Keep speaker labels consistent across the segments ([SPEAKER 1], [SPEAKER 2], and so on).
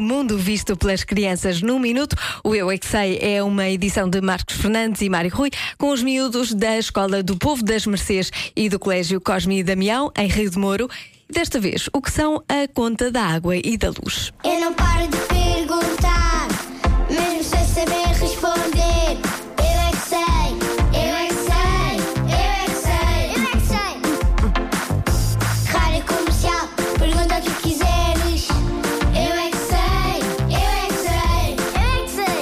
[SPEAKER 1] mundo visto pelas crianças num minuto. O Eu é que sei é uma edição de Marcos Fernandes e Mário Rui com os miúdos da Escola do Povo das Mercês e do Colégio Cosme e Damião em Rio de Moro. Desta vez, o que são a conta da água e da luz.
[SPEAKER 2] Eu não paro de perguntar, mesmo sem saber responder. Eu é que sei, eu é que sei, eu é que sei, eu é que sei. Rádio comercial, pergunta o que quiseres. Eu é que sei, eu é que sei, eu é que sei.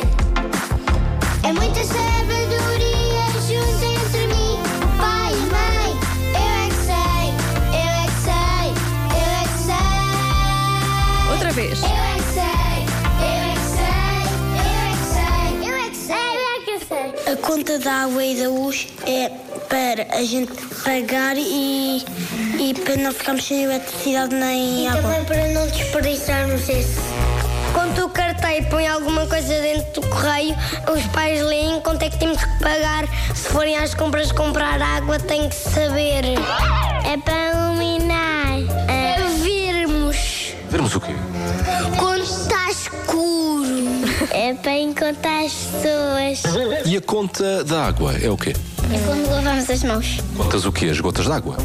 [SPEAKER 2] É muita sabedoria junto entre mim, pai e mãe. Eu é que sei, eu é que sei, eu é que sei.
[SPEAKER 1] Outra vez.
[SPEAKER 2] Eu é que sei, eu é que sei, eu é que sei, eu é que sei, eu é que sei.
[SPEAKER 3] A conta da água e da luz é para a gente pagar e, e para não ficarmos sem eletricidade nem água.
[SPEAKER 2] para não desperdiçarmos isso. Quando o carteiro põe alguma coisa dentro do correio, os pais leem quanto é que temos que pagar. Se forem às compras comprar água, tem que saber. É para iluminar. é Para vermos.
[SPEAKER 4] Vermos o quê?
[SPEAKER 2] Quando está escuro. É para encontrar as pessoas.
[SPEAKER 4] E a conta da água é o quê?
[SPEAKER 2] É quando lavamos as mãos.
[SPEAKER 4] Contas o quê? As gotas d'água?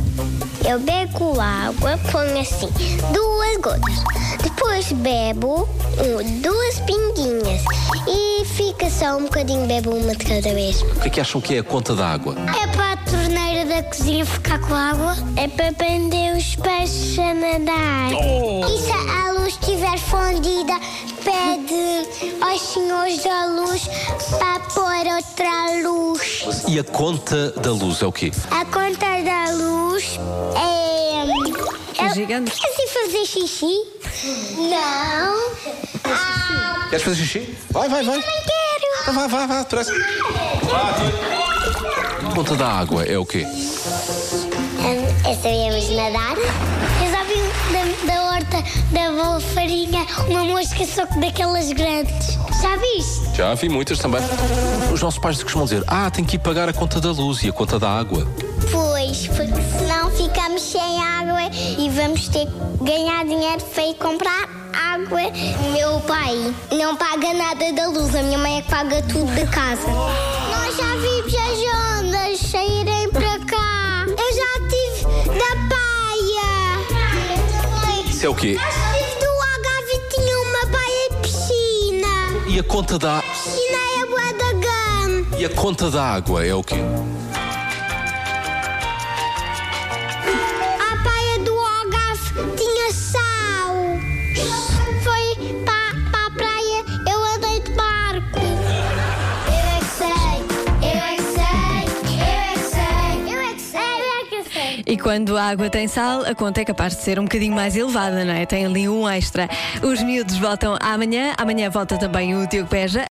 [SPEAKER 2] Eu bebo água, ponho assim, duas gotas. Depois bebo um, duas pinguinhas. E fica só um bocadinho, bebo uma de cada vez.
[SPEAKER 4] O que é que acham que é a conta da água?
[SPEAKER 2] É para a torneira da cozinha ficar com água? É para prender os peixes a nadar. E se a luz estiver fundida, pede aos senhores da luz para pôr outra luz.
[SPEAKER 4] E a conta da luz é o quê?
[SPEAKER 2] A conta da luz é.
[SPEAKER 1] É gigante.
[SPEAKER 2] Queres ir fazer xixi? Não. Ah,
[SPEAKER 4] Queres fazer xixi? Vai, vai, vai.
[SPEAKER 2] não quero.
[SPEAKER 4] Vá, vá, vá, traz. A conta da água é o quê?
[SPEAKER 2] É, sabíamos nadar. Eu já vi um da, da horta da boa farinha uma mosca só que daquelas grandes. Já viste?
[SPEAKER 4] Já vi muitas também. Os nossos pais costumam dizer: Ah, tem que ir pagar a conta da luz e a conta da água.
[SPEAKER 2] Pois, porque senão ficamos sem água e vamos ter que ganhar dinheiro para ir comprar água. Meu pai não paga nada da luz, a minha mãe é que paga tudo da casa. Nós já vimos as ondas saírem para cá. Eu já estive da praia.
[SPEAKER 4] Isso é o quê?
[SPEAKER 2] Nós estive do Algarve e tinha uma praia e piscina.
[SPEAKER 4] E a conta da
[SPEAKER 2] Piscina é boa da gama.
[SPEAKER 4] e a conta da água é o quê?
[SPEAKER 2] A praia do Algarve tinha sal. Foi para a praia, eu andei de barco. Eu é que sei, eu é que sei, eu é que sei, eu é que sei, eu é que sei.
[SPEAKER 1] E quando a água tem sal, a conta é capaz de ser um bocadinho mais elevada, não é? Tem ali um extra. Os miúdos voltam amanhã. Amanhã volta também o Diogo Peja.